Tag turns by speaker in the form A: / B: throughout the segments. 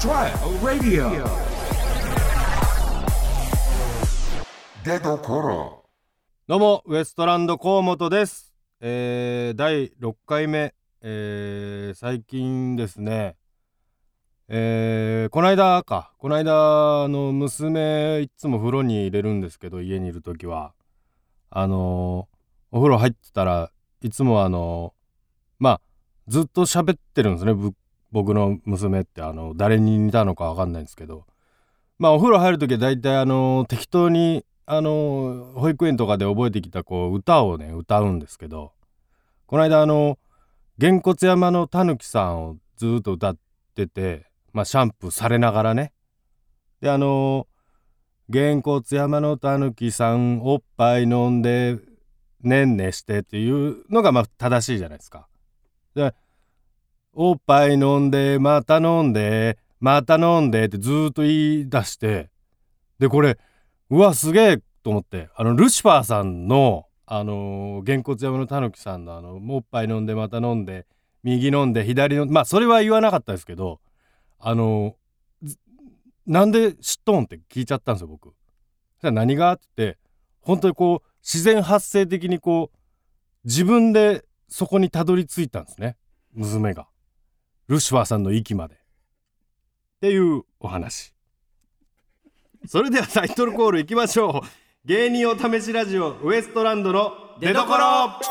A: trial radio. 出所
B: どうもウエストランド河本です、えー、第6回目、えー、最近ですねえー、この間かこの間あの娘いつも風呂に入れるんですけど家にいる時はあのーお風呂入ってたらいつもあのまあずっと喋ってるんですねぶ僕の娘ってあの誰に似たのか分かんないんですけどまあお風呂入る時は大体あの適当にあの保育園とかで覚えてきたこう歌をね歌うんですけどこの間あの「げんこつ山のたぬきさん」をずーっと歌ってて、まあ、シャンプーされながらねであの「げんこつ山のたぬきさんおっぱい飲んでねんねして」っていうのがまあ正しいじゃないですか。でおっぱい飲んでまた飲んでまた飲んでってずーっと言い出してでこれうわすげえと思ってあのルシファーさんのあのー、げんこつ山のたぬきさんのあのもうおっぱい飲んでまた飲んで右飲んで左飲んでまあそれは言わなかったですけどあのーずなんで知っとんって聞いちゃったんですよ僕。そしたら何がって言って本当にこう自然発生的にこう自分でそこにたどり着いたんですね娘が。ルシファーさんの息まで。っていうお話。それではタイトルコールいきましょう。芸人お試しラジオウエストランドの出所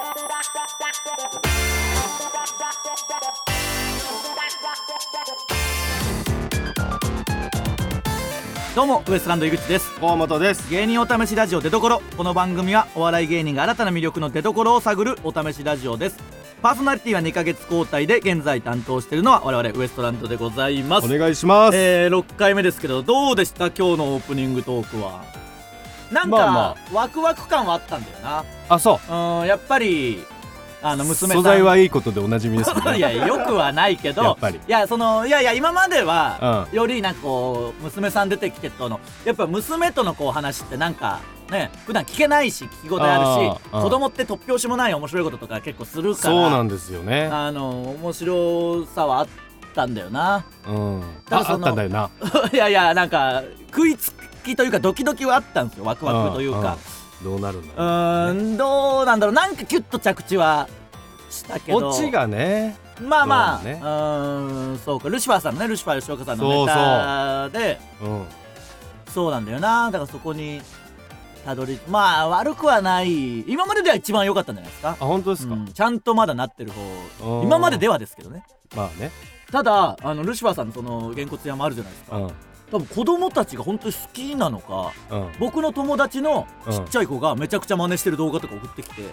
C: どうもウエストランド井口です
B: 河本です。
C: 芸人お試しラジオ出所この番組はお笑い芸人が新たな魅力の出所を探るお試しラジオですパーソナリティは2ヶ月交代で現在担当しているのは我々ウエストランドでございま
B: お
C: す
B: 願いします。
C: えー、6回目ですけどどうでした今日のオープニングトークはなんか、
B: まあま
C: ワクワク感はあったんだよ
B: あ、そう。
C: なうんやっぱりあの娘さ
B: 素
C: ん
B: 材はいいことでおなじみです
C: い
B: ね。
C: やよくはないけど
B: やっぱり
C: いやそのいやいや今までは、
B: う
C: よりなんかこう娘さん出てきてとのやっぱ娘とのこう話ってなんかね普段聞けないし聞き応えあるし
B: あーうん
C: 子供って突拍子もない面白いこととか結構するから
B: そうなんですよね。
C: あの面白さはあったんだよな
B: うん。あ、
C: ただ
B: あ
C: そ
B: っ
C: の
B: たんだよな。
C: いやいやなんか食いつきというかドキドキはあったんですよワクワクというか
B: うん。うんどうなるんだ
C: う
B: ろう。
C: ーんどうなんだろうなんかキュッと着地はしたけど
B: オチがね。
C: まあまあう,、
B: そうね
C: ーんそうかルシファーさんのねルシファー吉岡さんの
B: そう
C: ネ
B: そう
C: タで
B: うん。
C: そうなんだよなだからそこにたどりまあ悪くはない今まででは一番良かったんじゃないですか
B: あ、本当ですか
C: う。んちゃんとまだなってる
B: う
C: 方
B: ん
C: 今までではですけどね
B: まあね。
C: ただあのルシファーさんのそのげんこつ山あるじゃないです
B: う
C: か
B: ん。
C: 多分子供たちが本当に好きなのか
B: うん。
C: 僕の友達の
B: うん
C: ちっちゃい子がめちゃくちゃ真似してる動画とか送ってきて、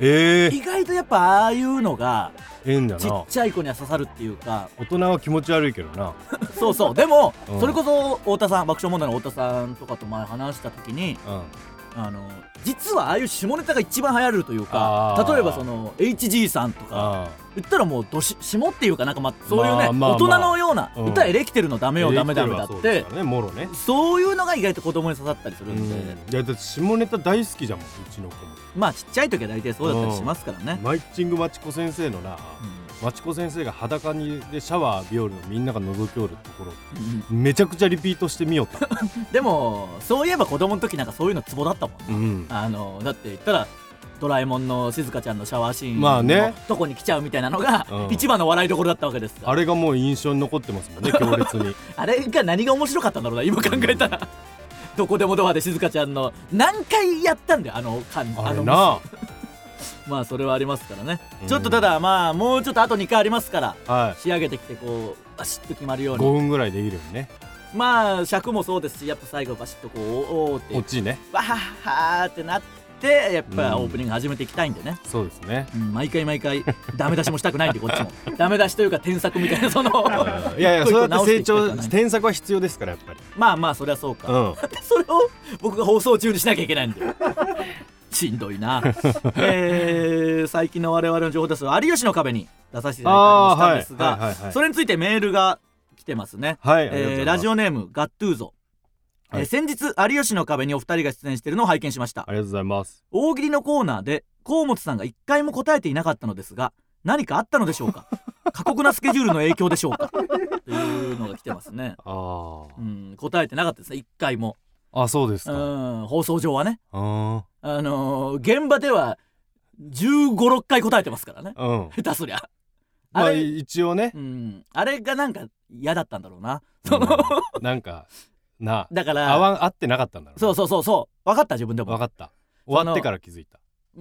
B: ええ。
C: 意外とやっぱああいうの が
B: ええんだ
C: ちっ
B: な。
C: ちゃい子には刺さるっていうか
B: 大人は気持ち悪いけどな。
C: そうそうでも、
B: うん
C: それこそ太田さん爆笑問題の太田さんとかと前話した時に
B: うん。
C: あの実はああいう下ネタが一番流行るというか
B: あー
C: 例えばその HG さんとか
B: あ
C: 言ったらもうどし下っていうかなんかまあそういう
B: まあ
C: ね、
B: まあまあ
C: 大人のような、
B: うん
C: 歌エレキテルのダ
B: あ。
C: メよダメダメだ
B: そう
C: っ
B: で
C: て
B: すからね、もろね。
C: そういうのが意外と子供に刺さったりする
B: うんんい
C: で、
B: やだって下ネタ大好きじゃんもんうちの子も
C: まあちっちゃい時は大体そうだったりしますからね、
B: マイッチングマチコ先生のな、マチコ先生が裸にでシャワー浴びよるのみんなが覗きおるところ
C: うん
B: めちゃくちゃリピートしてみよ った、
C: でもそういえば子供の時なんかそういうのツボだったもんな
B: うん、
C: あのだって言ったらドラえもんのしずかちゃんのシャワーシーン
B: まあね
C: のとこに来ちゃうみたいなのが、
B: うん
C: 一番の笑いどころだったわけですから
B: あれがもう印象に残ってますもんね強烈に
C: あれが何が面白かったんだろうな今考えたら、どこでもドアでしずかちゃんの何回やったん だよあの感じ
B: あれ
C: の
B: な
C: まあそれはありますからね、
B: うん
C: ちょっとただまあもうちょっとあと2回ありますから
B: は
C: 仕上げてきてこうバシッと決まるよ
B: いう5
C: に
B: 分ぐらいでいいよね
C: まあ尺もそうですしやっぱ最後バシッとこうおおーって
B: 落ちね
C: わははーってなってやっぱ
B: うん
C: オープニング始めていきたいんでね、
B: そうですね
C: うん毎回毎回ダメ出しもしたくないんでこっちもダメ出しというか添削みたいなその
B: いやいや
C: 一
B: そ
C: 個
B: れだ
C: 一個
B: っ
C: 直
B: て
C: し
B: 成
C: てい
B: 長
C: きたいからね
B: 添削は必要ですからやっぱり
C: まあまあそりゃそうか、
B: う
C: それを僕が放送中にしなきゃいけないん だよしんどいなえー最近の我々の情報ですが有吉の壁に出させていただいたりもしたんですが、
B: あーはいはいはいはい
C: それについてメールが来てますね、
B: んはい、ありがとう
C: え
B: ご
C: ー
B: ざいます
C: ラジオネームガットゥーゾ、
B: はい
C: えー先日有吉の壁にお二人が出演しているのを拝見しました
B: ありがとうございます。
C: 大喜利のコーナーで河本さんが一回も答えていなかったのですが何かあったのでしょうか過酷なスケジュールの影響でしょうかといういうのが来てますね
B: あ
C: うん、答えてなかったですね、一回も。
B: ああそうです
C: う
B: か
C: ん、放送上はね。
B: うん
C: あのー現場では15、6回答えてますからね。
B: うん
C: 下手すりゃ。
B: ま
C: あ
B: あ
C: れ
B: 一応ね
C: うん、あれがなんか嫌だったんだろうな。その
B: うんなんかな
C: だか
B: 合
C: ら、
B: わん合ってなかったんだろ
C: そう
B: う
C: そうそうそう、分かった自分で
B: 分
C: も
B: か。った終わってから気づいた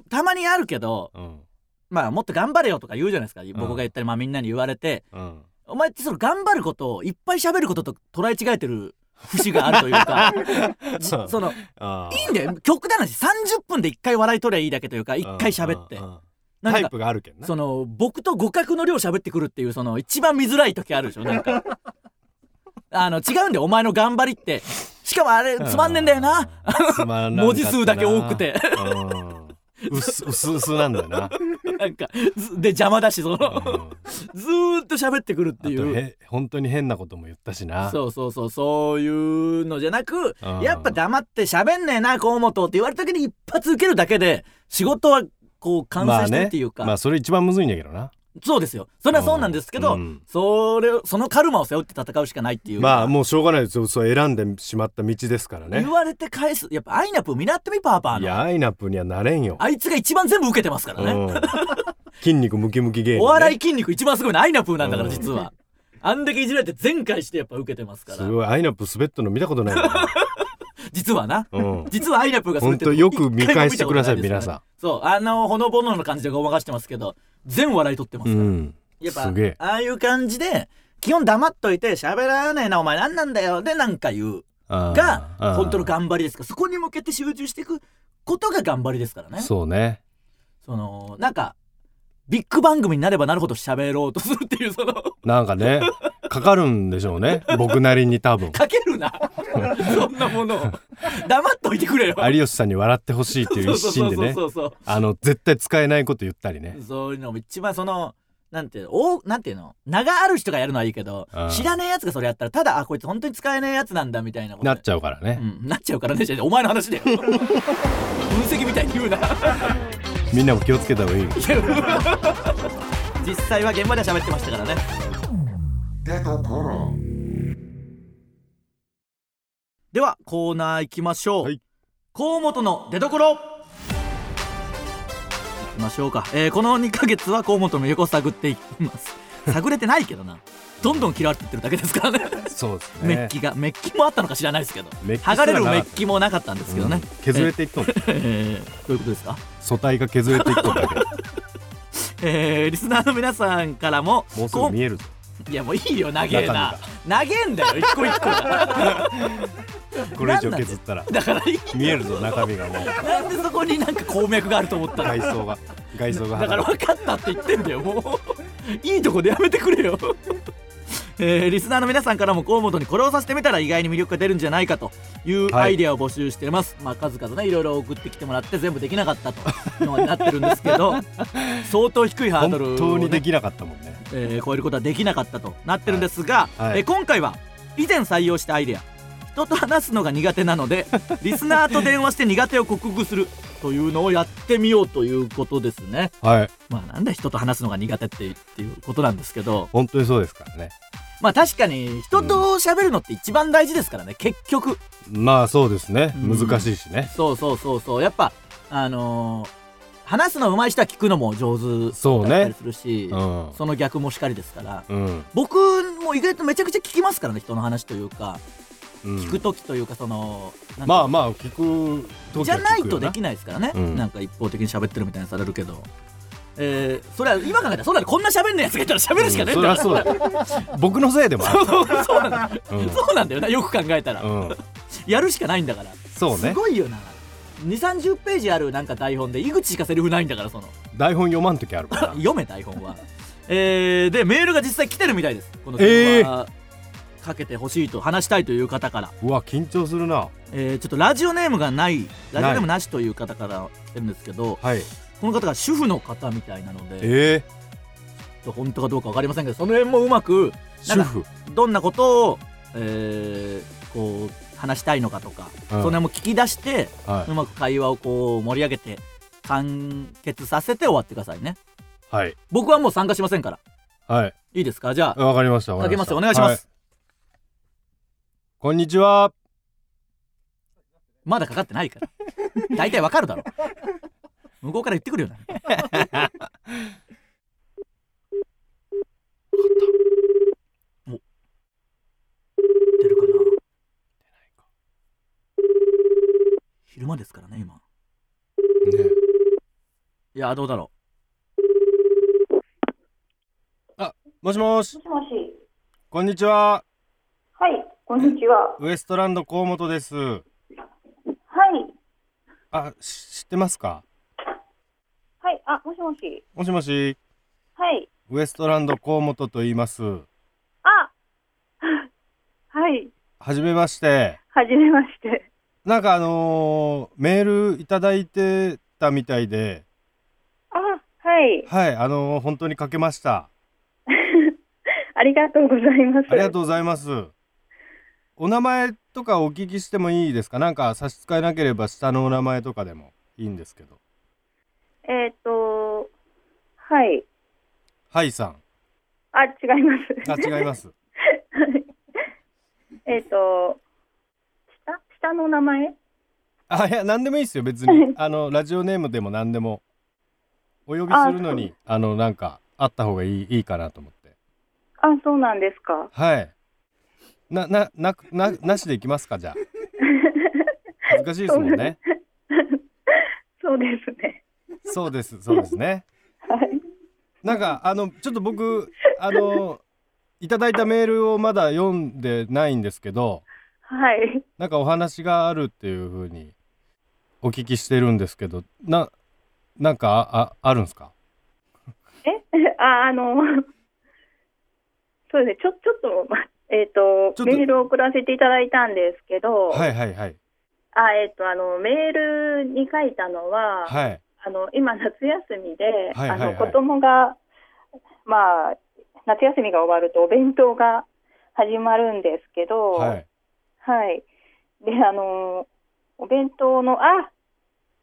C: たまにあるけど、
B: うん
C: まあもっと頑張れよとか言うじゃないですか。僕が言ったり、まあみんなに言われて、
B: うん
C: お前ってその頑張ることをいっぱい喋ることと捉え違えてる節があるというか、じ
B: そう
C: その、
B: あ
C: いいんだよ。極端な話、30分で1回笑い取りゃいいだけというか、1回喋って。なん
B: タ
C: か
B: イプがあるけんな
C: その僕と互角の量喋ってくるっていうその一番見づらい時あるでしょなんか あの違うんだよお前の頑張りってしかもあれつまんねえんだよな
B: うんつまんなかったな
C: 文字数だけ多くて
B: うん薄薄々なんだよな
C: なんかずで邪魔だしそ
B: う
C: の
B: ん
C: ずーっと喋ってくる
B: あ
C: って
B: と
C: いう
B: へ本当に変なことも言ったしな
C: そうそうそうそういうのじゃなく
B: うん
C: やっぱ黙って喋んねえな河本って言われた時に一発受けるだけで仕事はこう完成してるっていうか、
B: まあそれ一番むずいんだけどな
C: そうですよそれはそうなんですけど、
B: うん
C: それをそのカルマを背負って戦うしかないっていうか
B: まあもうしょうがないですよそう選んでしまった道ですからね
C: 言われて返すやっぱアイナップ見習ってみパーパー
B: い
C: の
B: やアイナップにはなれんよ、
C: あいつが一番全部受けてますからね、
B: うん筋肉ムキムキ芸人ね、
C: お笑い筋肉一番すごいのアイナップなんだから
B: うん
C: 実は、あんだけいじられて全開してやっぱ受けてますか
B: す
C: ら
B: ごいアイナップ滑ったの見たことないな
C: 実はな
B: うん
C: 実はアイナップが滑ってる
B: ほんとよく見返してください
C: 一回も見たことなですか
B: 皆さ
C: ら
B: ん
C: そうあのほのぼのの感じでごまかしてますけど全笑い取ってます
B: う
C: から、
B: ん
C: やっ
B: すげえ
C: ぱああいう感じで基本黙っといて喋らねえなお前何なんだよでなんか言うが
B: あー
C: 本当の頑張りですからそこに向けて集中していくことが頑張りですからね
B: そうね
C: そのなんかビッグ番組になればなるほど喋ろうとするっていうその
B: なんか ねかかるんでしょうね僕なりに多分
C: かけ るなそんなものを黙っといてくれよ
B: 有吉さんに笑ってほしいっていう一心でね
C: そうそうそうそう
B: あの絶対使えないこと言ったり
C: そ
B: ね
C: うそういうのも一番そのなんていうのおなんていうの名がある人がやるのはいいけど
B: うん
C: 知らねえやつがそれやったらただあこいつ本当に使えねえやつなんだみたいなこと
B: なっちゃうからね、
C: うん、なっちゃうからねじゃあお前の話だよ 分析みたいに言 うない
B: みんなも気をつけた方がいい
C: や実際は現場では喋ってましたからね
A: 出どころ
C: ではコーナー行きましょう、
B: はい
C: 河本の出所行きましょうか、えーこの2ヶ月は河本の魅力を探っていき ます探れてないけどなどんどん嫌われてってるだけですからね
B: そうですね
C: メッキがメッキもあったのか知らないですけど
B: メッキすら
C: 剥がれる
B: な
C: メ
B: かった
C: ッキもなかったんですけどね、
B: うん削れていっとんの
C: えーどういうことですか、
B: 素体が削れていっとんだけど
C: えーリスナーの皆さんからも
B: もうすぐ見えるぞ
C: こういやもういいよ長えな
B: 中
C: 長えんだよ一個一個が
B: これ以上削ったら
C: だから いい
B: 見えるぞ中身がもう
C: なんでそこになんか鉱脈があると思ったの
B: 外装が外装が
C: だから
B: 裸
C: 分かったって言ってんだよもういいとこでやめてくれよえーリスナーの皆さんからも河本にこれをさせてみたら意外に魅力が出るんじゃないかという
B: はい
C: アイデアを募集しています、まあ数々ねいろいろ送ってきてもらって全部できなかったというのになってるんですけ ど相当低いハードルを、
B: 本
C: ね、
B: 当にできなかったもんね
C: えー超えることはできなかったとなってるんですが、
B: はいはい
C: えー今回は以前採用したアイデア人と話すのが苦手なの でリスナーと電話して苦手を克服するというのをやってみようということですね。
B: はい
C: まあなんだ人と話すのが苦手ってっていうことなんですけど
B: 本当にそうですからね
C: まあ確かに人と喋るのって一番大事ですからね結局
B: まあそうですね
C: うん
B: 難しいしね
C: そうそうそうそうやっぱあのー話すの上手い人は聞くのも上手
B: そう
C: だったり
B: ね
C: するし
B: う
C: そ,、
B: ん
C: の逆もしかりですから
B: うん
C: 僕も意外とめちゃくちゃ聞きますからね人の話というか
B: うん
C: 聞く時というかそのなんか
B: まあまあ聞く時は聞くよ
C: じゃないとできないですからね、
B: うん
C: なんか一方的に喋ってるみたいにされるけど。えー、それは今考えたらそうだねこんな喋んねえやつがいたら喋るしかねえん
B: そ
C: だ
B: り
C: よ
B: ゃそうだ僕のせいでもある
C: そうなんだ、
B: うん
C: そうなんだよなよく考えたら、
B: うん
C: やるしかないんだから
B: そう
C: す
B: ね
C: ごいよな2 3 0ページあるなんか台本で井口しかセリフないんだからその
B: 台本読まん時あるから
C: 読め台本 はえー、でメールが実際来てるみたいですこの
B: えー
C: 電話かけてほしいと話したいという方から、
B: うわ緊張するな
C: えー、ちょっとラジオネームがないラジオネームなしという方から来てるんですけど
B: はい
C: この方が主婦の方みたいなので
B: え
C: ちょっと本当かどうか分かりませんけどその辺もうまく
B: ー
C: なん
B: 主
C: か
B: 婦
C: どんなことを、えーこう話したいのかとか、
B: うん
C: その辺も聞き出して
B: は
C: うまく会話をこう盛り上げて完結させて終わってくださいね
B: いはい
C: 僕はもう参加しませんから
B: はい
C: いいですかじゃあ
B: わかりましたわ
C: か
B: り
C: け
B: ま
C: ま
B: し
C: す
B: た
C: お願いします、
B: こんにちは
C: まだかかってない から大体わかるだろ向こうから言ってくるよ なお出るかな昼間ですからね今
B: ね
C: いやどうだろ
B: もしもし
D: もしもし。
B: こんにちは
D: はい、こんにちは。
B: ウエストランド河本です
D: はい。
B: あし知ってますか
D: はい、あ、もしもし。
B: もしもし
D: はい。
B: ウエストランド河本と言います
D: あ はい。
B: はじめまして
D: はじめまして。
B: なんかあのーメールいただいてたみたいで
D: あ、はい。
B: はいあのー本当にかけました
D: ありがとうございます。
B: ありがとうございます。お名前とかお聞きしてもいいですか。なんか差し支えなければ下のお名前とかでもいいんですけど。
D: えっ、と、はい。
B: はいさん。
D: あ、違います。
B: あ違います。
D: えっと、下下の名前
B: あいや何でもいいですよ別に。あのラジオネームでも何でもお呼びするのにあのなんかあった方がいいいいかなと思って。
D: あ、そうなんですか。
B: はい。なななくななしでいきますかじゃあ。恥ずかしいですもんね。
D: そうですね。
B: そうですそうですね。
D: はい。
B: なんかあのちょっと僕あのいただいたメールをまだ読んでないんですけど
D: はい。
B: なんかお話があるっていうふうにお聞きしてるんですけどななんかあああるんですか
D: え、 あ、あの、そうですね、ちょ、ちょっと、 まえっ、
B: ちょ
D: と、
B: っと
D: メールを送らせていただいたんですけど、
B: はいはいはい
D: あ、えっ、と、あの、メールに書いたのは、
B: はい
D: あの、今夏休みで、
B: はいはいはい
D: あの、子供が、まあ、夏休みが終わるとお弁当が始まるんですけど、
B: はい
D: はい。で、あの、お弁当の、あ、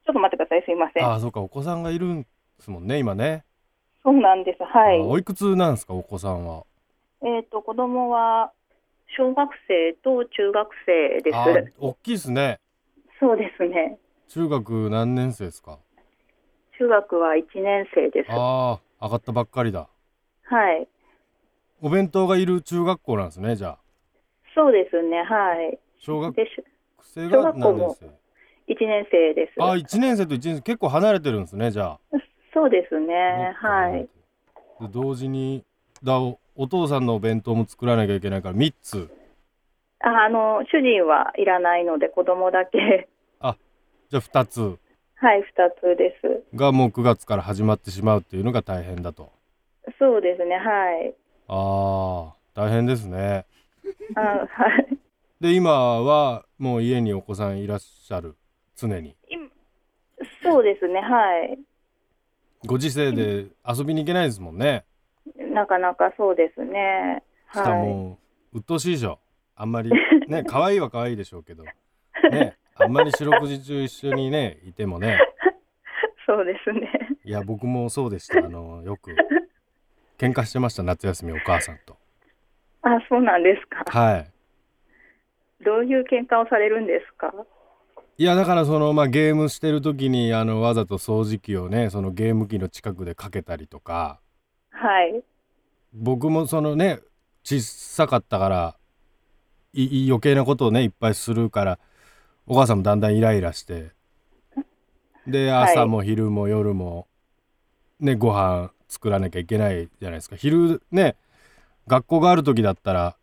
D: ちょっと待ってください、すいませ
B: あ
D: ん。
B: あそうかお子さんがいるんですもんね今ね、
D: そうなんです、はい
B: あ。おいくつなんですかお子さんは
D: えっ、と、子供は、小学生と中学生で
B: ああ
D: す。
B: 大きいですね
D: そうですね。
B: 中学何年生ですか
D: 中学は1年生です。は
B: ああ上がったばっかりだ
D: い。
B: お弁当がいる中学校なんですねじゃあ
D: そうですね、はい。
B: 小学
D: で、し
B: 生
D: 小
B: が
D: 学校
B: 何年
D: も
B: 生
D: 1年生です。
B: あ、一年生と一年生結構離れてるんですね、じゃ
D: そうです
B: あ。
D: ね、はい。。
B: で同時にだおお父さんのお弁当も作らなきゃいけないから三つ。
D: ああの、主人はいらないので、子供だけ、
B: じ ゃあ二つ
D: はい、2つです。
B: がもう九月から始まってしまうっていうのが大変だと。
D: そうですね、はい。
B: ああ、大変ですね。
D: あはい。
B: で今はもう家にお子さんいらっしゃる常に。
D: 今そうですね、はい。
B: ご時世で遊びに行けないですもんね。
D: なかなかそうですね。
B: そしたら
D: はい。
B: もう鬱陶しいでしょ。あんまり ね可愛いは可愛いでしょうけどね。あんまり四六時中一緒にねいてもね
D: そうですね。
B: いや僕もそうでしたあのよく喧嘩してました夏休みお母さんと
D: あ、そうなんですか。
B: は
D: どういう喧嘩をされるんですか
B: いいやだからそのまあゲームしてる時にあのわざと掃除機をねそのゲーム機の近くでかけたりとか
D: はい。
B: 僕もそのね小さかったからいい余計なことをねいっぱいするからお母さんもだんだんイライラしてで
D: はい
B: 朝も昼も夜もねご飯作らなきゃいけないじゃないですか昼ね学校がある時だったら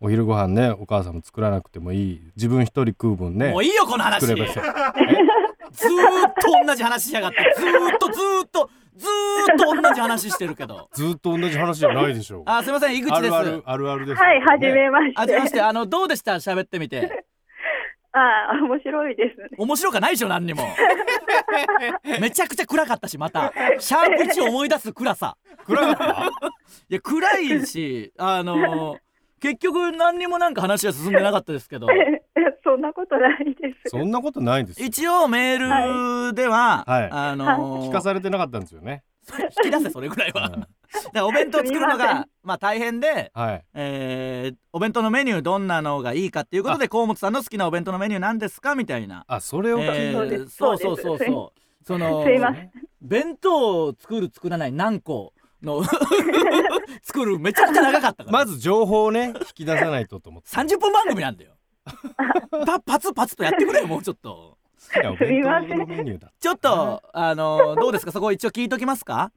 B: お昼ご飯ねお母さんも作らなくてもいい自分一人食う分
C: う、
B: ね
C: もういいよこの話
B: 作ればいい
C: ずーっと同じ話しやがってずーっとずーっとずーっと同じ話してるけど
B: ずっと同じ話じゃないでしょう
C: あすいません井口
B: あ
C: です
B: るあるあるあるです
D: はい、はじ
B: ね
D: めまして。
C: あじめましてあのどうでした喋ってみて
D: あ面白いですね。
C: 面白かないでしょ何にもめちゃくちゃ暗かったしまたシャープ1思い出す暗さ
B: 暗 かっ
C: いや暗いしあの結局何にもなんか話は進んでなかったですけど
D: そんなことないで
B: た
D: す。
B: そんなことないですよ
C: 一応メールでは、
B: はい
C: あの
B: 聞かされてなかったんですよね
C: 引き出せそれぐらいは、
B: うん
C: らお弁当作るの
D: すみま
C: がまあ大変で、
B: はい
C: えーお弁当のメニューどんなのがいいかっていうことで河本さんの好きなお弁当のメニューなんですかみたいな、
B: あそれを聞いた、
C: え
D: そうで
C: ー、
D: す
C: そ
D: そう
C: そう
D: うです
C: そうそうその
D: すいませ
C: 弁当を作る作らない何個の 作るめちゃくちゃ長かったから
B: まず情報をね引き出さないとと 思って
C: 30分番組なんだよパパツパツとやってくれよもうちょっと
B: 好きなお弁当のメニューだ
C: ちょっとあのどうですかそこ一応聞いときますか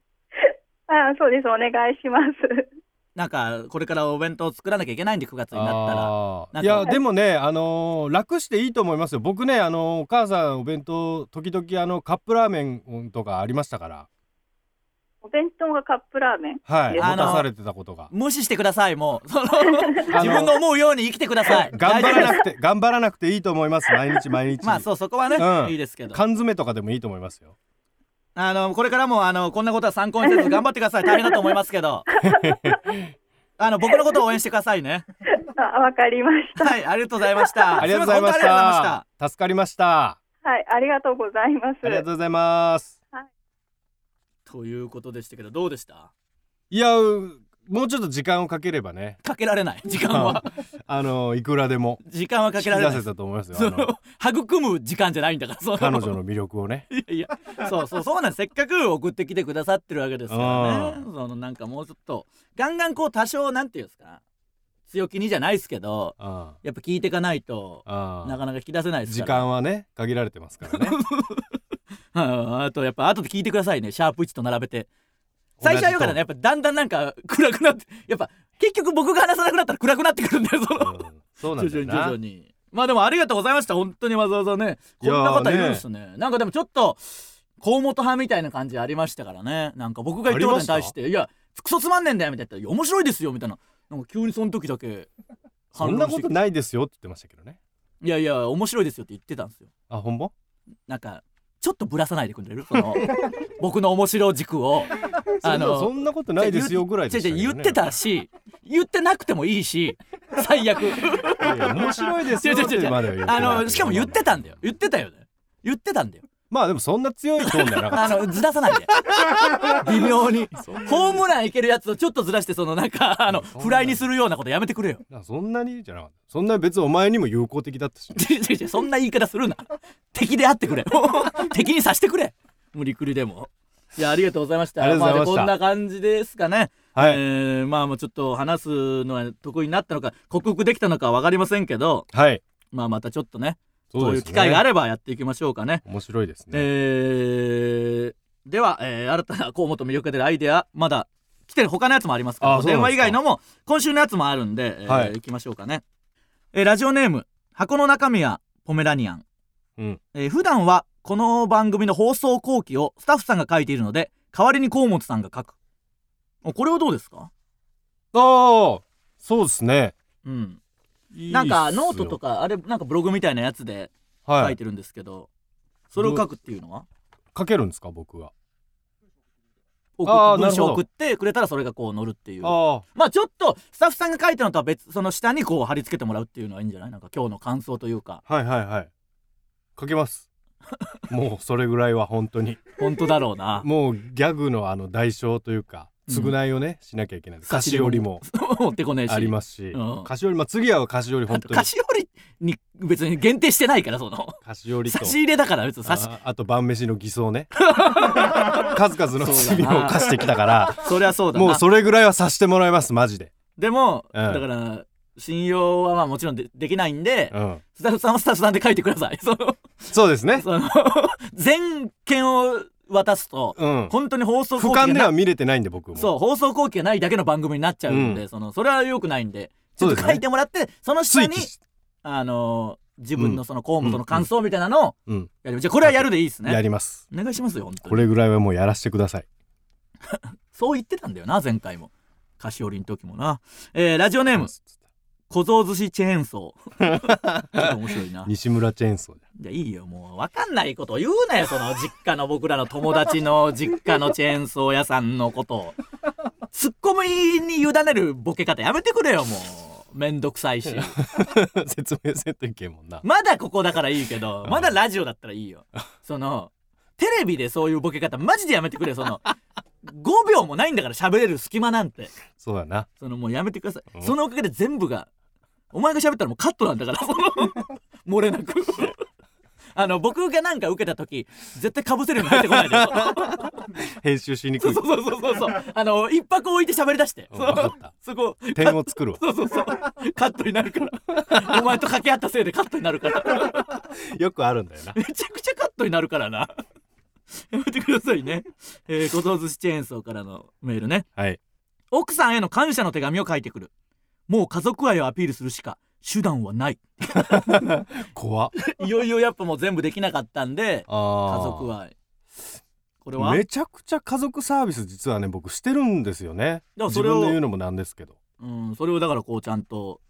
D: あそうです、お願いします。
C: なんかこれからお弁当作らなきゃいけないんで9月になったら
B: あ
C: な
B: ー
C: ん
B: い
C: か
B: やでもねあのー楽していいと思いますよ僕ねあのーお母さんお弁当時々あのカップラーメンとかありましたから
D: お弁当がカップラーメン。
B: はい
C: あ
B: 持
C: のー
B: たされてたことが
C: 無視してくださいもうその 自分の思うように生きてください
B: 頑張
C: 大
B: ら
C: 丈夫で
B: なくて頑張らなくていいと思います毎日毎
C: す
B: 日
C: まあそうそこはね、
B: うん
C: いいですけど
B: 缶詰とかでもいいと思いますよ
C: あのこれからもあのこんなことは参考にせず頑張ってくだ さい大変だと思いますけ どあの僕のことを応援してくださいね
D: あ、わかりました。
C: はいありがとうございま した
B: ありがとうございまし
C: すません本当にありがとうございました
B: た助かりました
D: はい、ありがとうございます。
B: ありがとうございます
C: ということでしたけどどうでした
B: いやうもうちょっと時間をかければね
C: かけられない時間 は
B: あのーいくらでも
C: 時間はか
B: 引き
C: けられな
B: 出
C: い
B: せ
C: です
B: たと思いますよ
C: そ
B: あの
C: の育む時間じゃないんだからその
B: 彼女の魅力をね
C: いやいやそうそうそうなんですせっかく送ってきてくださってるわけですから
B: う
C: ねそのなんかもうちょっとガンガンこう多少なんていうんですか強気にじゃないですけど
B: あ
C: やっぱ聞いていかないと
B: あ
C: なかなか引き出せないです
B: 時
C: から
B: 間はね限られてますからね
C: うんあとやっぱ後で聞いてくださいねシャープ1と並べて
B: 同じ
C: 最初はよかったねやっぱだんだんなんか暗くなってやっぱ結局僕が話さなくなったら暗くなってくるんだよその
B: うんそうなんだよ
C: 徐々に
B: な
C: 徐々にまあでもありがとうございました本当にわざわざねこんな方いるんですねなんかでもちょっと河本派みたいな感じありましたからねなんか僕が言ったことに対して「いやクソつまんねえんだよ」みたいな「いや面白いですよ」みたいななんか急にその時だけ
B: そんなこと
C: い
B: ないですよって言ってましたけどね
C: いやいや面白いですよって言ってたんですよ
B: あほんま
C: なんかちょっとぶらさないでくれるその僕の面白軸を
B: そんなそんなことないですよぐらいでした
C: 違
B: け
C: う
B: どね
C: 違う言ってたし言ってなくてもいいし 最 悪
B: いや面白いですよっ
C: 違う違う違
B: て
C: う
B: までは言ってない
C: あのしかも言ってたんだよ言ってたよね言ってたんだよ
B: まあでもそんな強いトーンじゃなか
C: あ
B: っ
C: のずらさない で微妙にホームランいけるやつをちょっとずらしてそのなんかあの
B: そんな
C: フライにするようなことやめてくれよ
B: たそんなにじゃなかったそんな別にお前にも友好的だったし
C: 違う違う違うそんな言い方するな敵であってくれ 敵にさしてくれ無理くりでもいやありがとうございました
B: ありがとうございました
C: あこんな感じですかね
B: はい
C: えーまあもうちょっと話すのは得意になったのか克服できたのかは分かりませんけど
B: はい
C: まあまたちょっとね
B: そ
C: そうう
B: で
C: い
B: す
C: う
B: ね
C: 機会があればやっていきましょうかね
B: 面白いですね
C: えーでは、えー新たな河本魅力が出るアイデアまだ来てる他のやつもありますから
B: あ
C: お
B: そうなん
C: 電
B: ですか
C: 話以外のも今週のやつもあるんで、えー
B: はい
C: 行きましょうかね、えーラジオネーム箱の中身はポメラニアン、
B: うん
C: えー普段はこの番組の放送後期をスタッフさんが書いているので代わりに河本さんが書くおこれはどうですか
B: ああそうですね
C: うん、
B: いいっすよ
C: なんかノートとかあれなんかブログみたいなやつで書
B: はいい
C: てるんですけど、それを書くっていうのは
B: 書けるんですか僕は
C: 送
B: あーな
C: 文
B: るほ
C: 章
B: ど
C: を送ってくれたらそれがこう乗るっていう
B: あ
C: まあちょっとスタッフさんが書いたのとは別その下にこう貼り付けてもらうっていうのはいいんじゃないなんか今日の感想というか
B: あはいはいはい書けます もうそれぐらいは本当に
C: 本当だろう な
B: もうギャグのあの代償というか償いをね、しなきゃいけない菓子折りも
C: 持ってこねえし
B: ありますし
C: うん
B: 菓子折りまあ次は菓子折り
C: あ
B: 本
C: と
B: 当に
C: 菓子折りに別に限定してないからその
B: 菓子折り
C: 差
B: と
C: し入れだから別に差し
B: ああと晩飯の偽装 ね数々の罪を犯してきたから
C: そりゃそうだな
B: もうそれぐらいはさしてもらいますマジで、
C: でも、
B: うん
C: だから信用はまあもちろんでできないんで、
B: うん、
C: スタッフさんはスタッフさんで書いてくださいその
B: そうですね
C: その 全件を渡すと、
B: うん
C: 本当に放送
B: 俯
C: 後期が
B: 瞰で
C: な
B: は見れてないんで僕も
C: そう放送後期がないだけの番組になっちゃうんで、
B: う
C: そのそれは良くないんでち
B: そ
C: ょ
B: う
C: っ
B: で
C: と
B: すね
C: 書いてもらってその下
B: 追
C: に
B: 記し
C: あのー自分のその河本の感想みたいなのを
B: うん、
C: やるじゃあこれはやるでいいです
B: や
C: ね
B: ります
C: お願いしますよ本当に
B: これぐらいはもうやらしてください
C: そう言ってたんだよな前回も菓子折りの時もな、えーラジオネーム小僧寿司チェーンソー ちょっと面白いな
B: 西村チェーンソー
C: いやいいよもう分かんないことを言うなよその実家の僕らの友達の実家のチェーンソー屋さんのことをツッコミに委ねるボケ方やめてくれよもうめんどくさいし
B: で 説明せんといけんもんな
C: まだここだからいいけどまだラジオだったらいいよそのテレビでそういうボケ方マジでやめてくれよその5秒もないんだから喋れる隙間なんて
B: そうやな
C: そのもうやめてくださ
B: う
C: い
B: ん
C: そのおかげで全部がお前が喋ったらもうカットなんだから その漏れな くあの僕がなんか受けた時絶対かぶせるように入ってこないで
B: 編集しにく
C: そう
B: い
C: そうそうそうそうあの一泊置いて喋り出して
B: うん
C: そ
B: わか
C: う
B: った
C: そこ
B: 点を作るわ
C: そうそうそうカットになるからお前と掛け合ったせいでカットになるから
B: よくあるんだよな
C: めちゃくちゃカットになるからなやめてくださいねえー、ご当寿司チェーンソーからのメールね
B: はい
C: 奥さんへの感謝の手紙を書いてくるもう家族愛をアピールするしか手段はない
B: 怖っ
C: いよいよやっぱもう全部できなかったんで
B: あ
C: 家
B: ー
C: 族愛これは
B: めちゃくちゃ家族サービス実はね僕してるんですよね
C: でも
B: 自
C: それを
B: 分で言うのもなんですけど
C: うんそれをだからこうちゃんと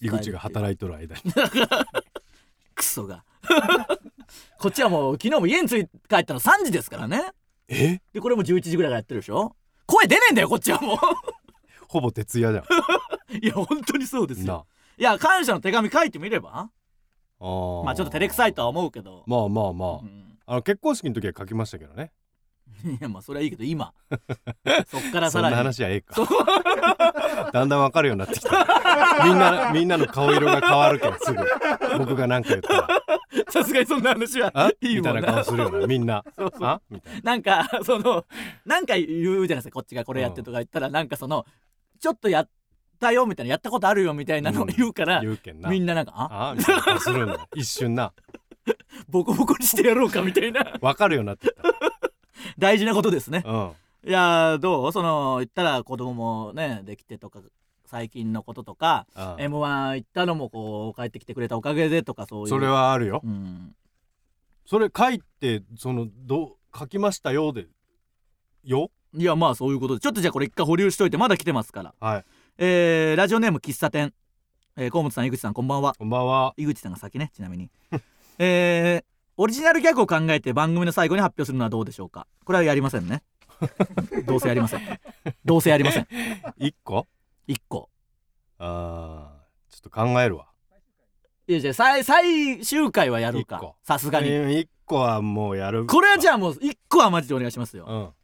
B: 井口が働いとる間に
C: クソが こっちはもう昨日も家に着い帰ったの3時ですからね
B: え
C: でこれも11時ぐらいからやってるでしょ声出ねえんだよこっちはも
B: ほぼ徹夜じゃん
C: う いや本当にそうです
B: な
C: よいや感謝の手紙書いてみれば
B: あー
C: まあちょっと照れくさいとは思うけど、
B: まあまあまあ、
C: うん
B: あの結婚式の時は書きましたけどね
C: いやまあそれはいいけど 今そっから
B: そ
C: さ
B: んな
C: らに
B: 話はええか だんだんわかるようになってきたみんなみんなの顔色が変わるけどすぐ僕が何か言ったら
C: さすがにそんな話は
B: あ
C: いい
B: み
C: も
B: た
C: ん
B: い
C: な
B: な顔するよなみんなあみたいな
C: なんかそのなんか言うじゃないですかこっちがこれやってとか言ったら、なんかそのちょっとやったよみたいなやったことあるよみたいなのを言うから、
B: 言うけんな
C: みんななんかあ
B: あみたいな顔するんだ一瞬な
C: ボコボコにしてやろうかみたい な
B: わかるようになってき
C: 大事なことですね
B: たうん
C: いやーどうその言ったら子供もねできてとか最近のこととか
B: あ
C: m 1行ったのもこう帰ってきてくれたおかげでとかそういう
B: それはあるよ
C: うん
B: それ書いてそのどう書きましたよでよ
C: いやまあそういうことでちょっとじゃあこれ一回保留しといてまだ来てますから
B: はい
C: えーラジオネーム喫茶店、えー、河本さん井口さんこんばんは
B: こんばんは
C: 井口さんが先ねちなみ にえーオリジナルギャグを考えて番組の最後に発表するのはどうでしょうかこれはやりません ねどうせやりませんどうせやりません
B: 一個
C: 一個
B: あーちょっと考えるわ
C: いやじゃあ最最終回はやる
B: 一
C: か
B: 個
C: さすがに
B: うん一個はもうやる
C: これはじ
B: ゃ
C: ゃあもう一個はマジでお願いしますよ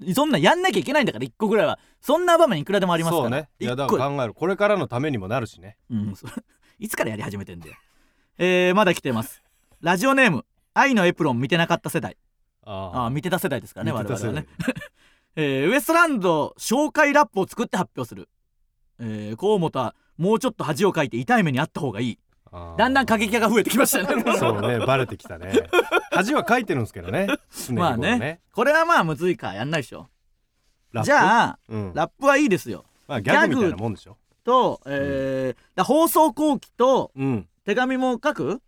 B: うん
C: そんなんやんなきゃいけないんだから一個ぐらいはそんな場面いくらでもありますから
B: そうねいや
C: 一
B: だ
C: 個
B: から考えるこれからのためにもなるしね
C: うん、それ いつからやり始めてんだよ。えー、まだ来てます。ラジオネーム、愛のエプロン見てなかった世代。あ
B: あ
C: あ、見てた世代ですからね、我々は
B: ね
C: ね。えー、ウエストランド紹介ラップを作って発表する。えー、河本はもうちょっと恥をかいて痛い目にあった方がいい。だんだん過激派が増えてきましたね。
B: そうねバレてきたね恥は書いてるんですけどね常日
C: まあ
B: 頃
C: ね。 これはまあむずいか、やんないでしょ。
B: ラップ
C: じゃあ、
B: うん
C: ラップはいいですよ。
B: まあギャグみたいなもんでしょ
C: と、えーだ放送後期と
B: うん
C: 手紙も書く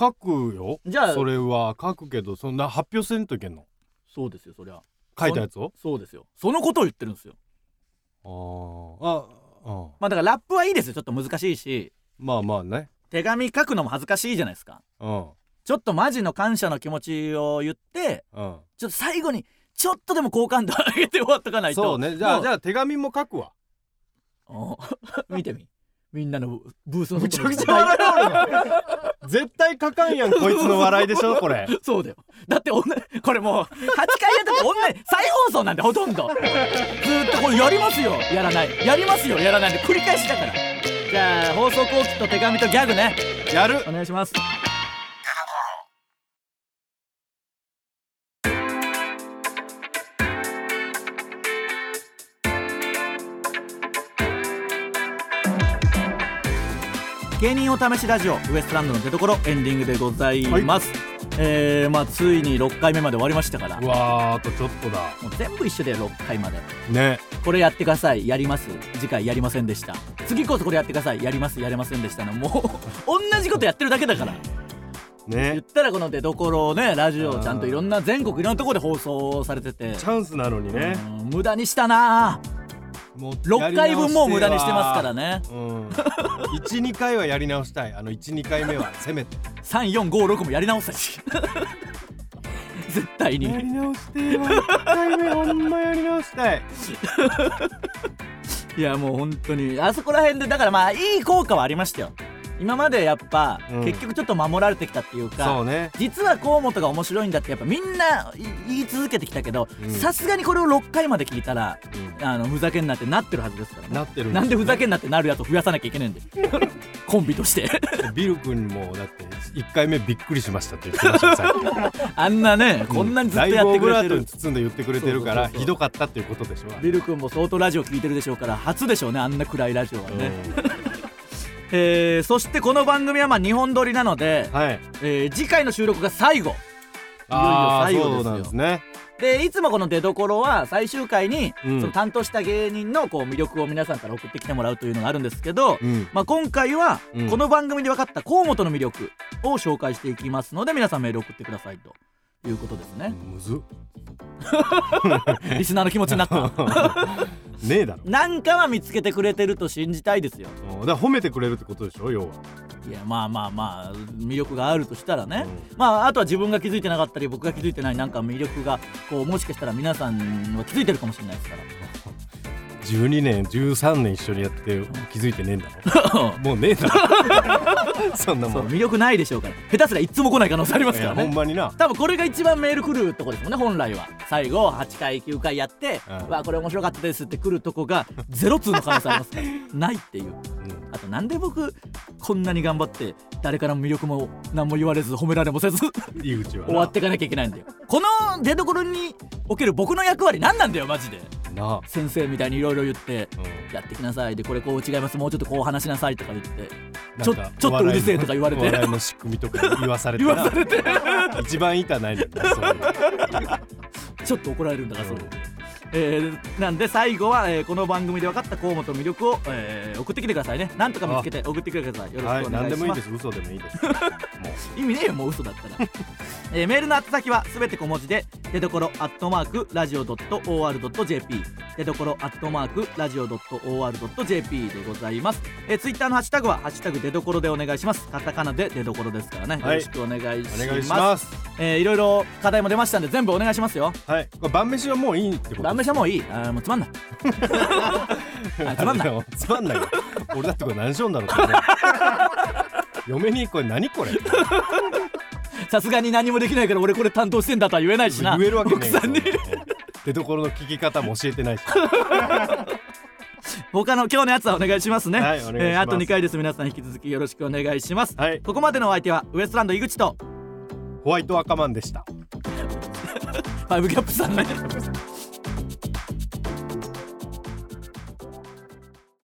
B: 書くよ
C: じゃあ
B: それは書くけどそんな発表せんといけんの
C: そうですよ、そりゃ。
B: 書いたやつを
C: そうですよ。そのことを言ってるんですよ。
B: あーああ
C: まあだからラップはいいですよちょっと難しいし
B: まあまあね
C: 手紙書くのも恥ずかしいじゃないですか
B: うん
C: ちょっとマジの感謝の気持ちを言って
B: うん
C: ちょっと最後にちょっとでも好感度上げて終わっとかないと
B: そうねじゃあ
C: もう
B: じゃあ手紙も書くわ
C: お 見てみみんなのブースの
B: むち
C: 外
B: ゃ
C: の
B: くちゃ笑うよ絶対書かんやんこいつの笑いでしょこれ
C: そうだよだっておんなこれもう8回やったって女再放送なんでほとんどずーっとこれやりますよやらないやりますよやらないで繰り返しだからじゃあ放送後期と手紙とギャグね
B: やる
C: お願いします芸人お試しラジオウエストランドの出所エンディングでございます、えー、まあついに6回目まで終わりましたから
B: う
C: もう
B: わーあとちょっとだ
C: 全部一緒で6回まで
B: ね
C: これやってくださいやります次回やりませんでした次こそこれやってくださいやりますやれませんでしたのもう同じことやってるだけだから言
B: ね
C: ったらこの出所をねラジオちゃんといろんな全国いろんなところで放送されてて
B: チャンスなのにね
C: うん無駄にしたな
B: もう
C: 6回分もう無駄にしてますから
B: ね
C: ね
B: うん12回はやり直したいあの12回目はせめて
C: 3456もやり直 したし絶対に
B: 直してえわ1回目ほんまやり直したい
C: いやもう本当にあそこら辺でだからまあいい効果はありましたよ今までやっぱ、
B: うん
C: 結局ちょっと守られてきたっていう
B: そう
C: か
B: ね
C: 実は河本が面白いんだってやっぱみんない言い続けてきたけど
B: うん
C: さすがにこれを6回まで聞いたら
B: う
C: あのふざけんなってなってるはずですからね
B: なってる
C: なんでふざ
B: ん
C: けんなってなるやつを増やさなきゃいけないんで コンビとして
B: のビル君もだって1回目びっくりしましたって言ってましたよ最後
C: あんなね こんなにずっとやってくれ
B: ライブオブラート
C: て
B: に
C: る
B: 包んで言ってくれてるから
C: そうそうそうそう
B: ひどかったっていうことでしょ
C: ビル君も相当ラジオ聞いてるでしょうから初でしょうねあんな暗いラジオはね、
B: う
C: えーそしてこの番組はまあ2本撮りなので
B: ん、はい
C: えー次回の収録が最後
B: ああ
C: いよいよ最後
B: そうなん
C: で
B: です
C: よ
B: すね
C: でいつもこの出どころは最終回に、
B: うん
C: その担当した芸人のこう魅力を皆さんから送ってきてもらうというのがあるんですけど、
B: うん
C: まあ、今回は
B: うん
C: この番組で分かった河本の魅力を紹介していきますので皆さんメール送ってくださいということですね
B: むずっ
C: リスナーの気持ちになった
B: ねえだろ
C: なんかは見つけてくれてると信じたいですよ
B: うんだから褒めてくれるってことでしょ要はい
C: やまあまあまあ魅力があるとしたらね、
B: う
C: まああとは自分が気づいてなかったり僕が気づいてないなんか魅力がこうもしかしたら皆さんは気づいてるかもしれないですか
B: 12年13年一緒にやって気づいてねえんだ
C: ら
B: ろもうねえだろ そんな
C: そ
B: も
C: うん魅力ないでしょうから下手すらいつも来ない可能性あります
B: い
C: か
B: や
C: ら
B: ほん
C: ね
B: まにな
C: 多分これが一番メール来るとこですもんね本来は最後8回9回やって「
B: うん
C: わあこれ面白かったです」って来るとこがゼロ通の可能性ありますからないってい う
B: うん
C: あとなんで僕こんなに頑張って誰からも魅力も何も言われず褒められもせず
B: 井口はな
C: 終わっていかなきゃいけないんだよこの出所における僕の役割何なんだよマジで
B: なあ
C: 先生みたいにいろいろ言って
B: うん
C: やってきなさいでこれこう違いますもうちょっとこう話しなさいとか言って
B: なん
C: ちょ
B: か
C: ちょっとうるせえとか言われて
B: お笑いのお笑いの仕組みとか言わされて
C: 言わされて
B: 一番痛ないのになそういう
C: ちょっと怒られるんだからそれ
B: うん
C: えーなんで最後は、えーこの番組で分かった河本の魅力を、えー送ってきてくださいねなんとか見つけて送ってきてくださいよろ
B: は
C: しく
B: い
C: お
B: 何
C: 願い
B: で
C: し
B: もいい
C: ま
B: ですす嘘でもいいですも
C: 意味ねえよもう嘘だったら えーメールの宛先はすべて小文字で出どころアットマークラジオ .or.jp 出どころアットマークラジオ .or.jp でございます、えー、ツイッターのハッシュタグは「ハッシュタグ出どころ」でお願いしますカタカナで出どころですからね、
B: はい
C: よろしくお願いし
B: うお願
C: ま
B: い
C: す
B: します
C: えーいろいろ課題も出ましたんで全部お願いしますよ
B: はいこれ晩飯はもういいってこと
C: 晩飯はもういいあーもうつ まんないあつまんない
B: い つまんないよ俺だってこれ何しよんだろうって ね嫁にこれ何これ
C: さすがに何もできないから俺これ担当してんだとは言えないしな
B: 言えるわけねえよ
C: 奥さんに
B: 出所の聞き方も教えてないし
C: 他の今日のやつはお願いしますね、
B: はいお願いします
C: えーあと2回です皆さん引き続きよろしくお願いします、
B: はい
C: ここまでのお相手はウエストランド井口と
B: ホワイト赤マンでした
C: ファイブキャップさんね
B: ごめんなさい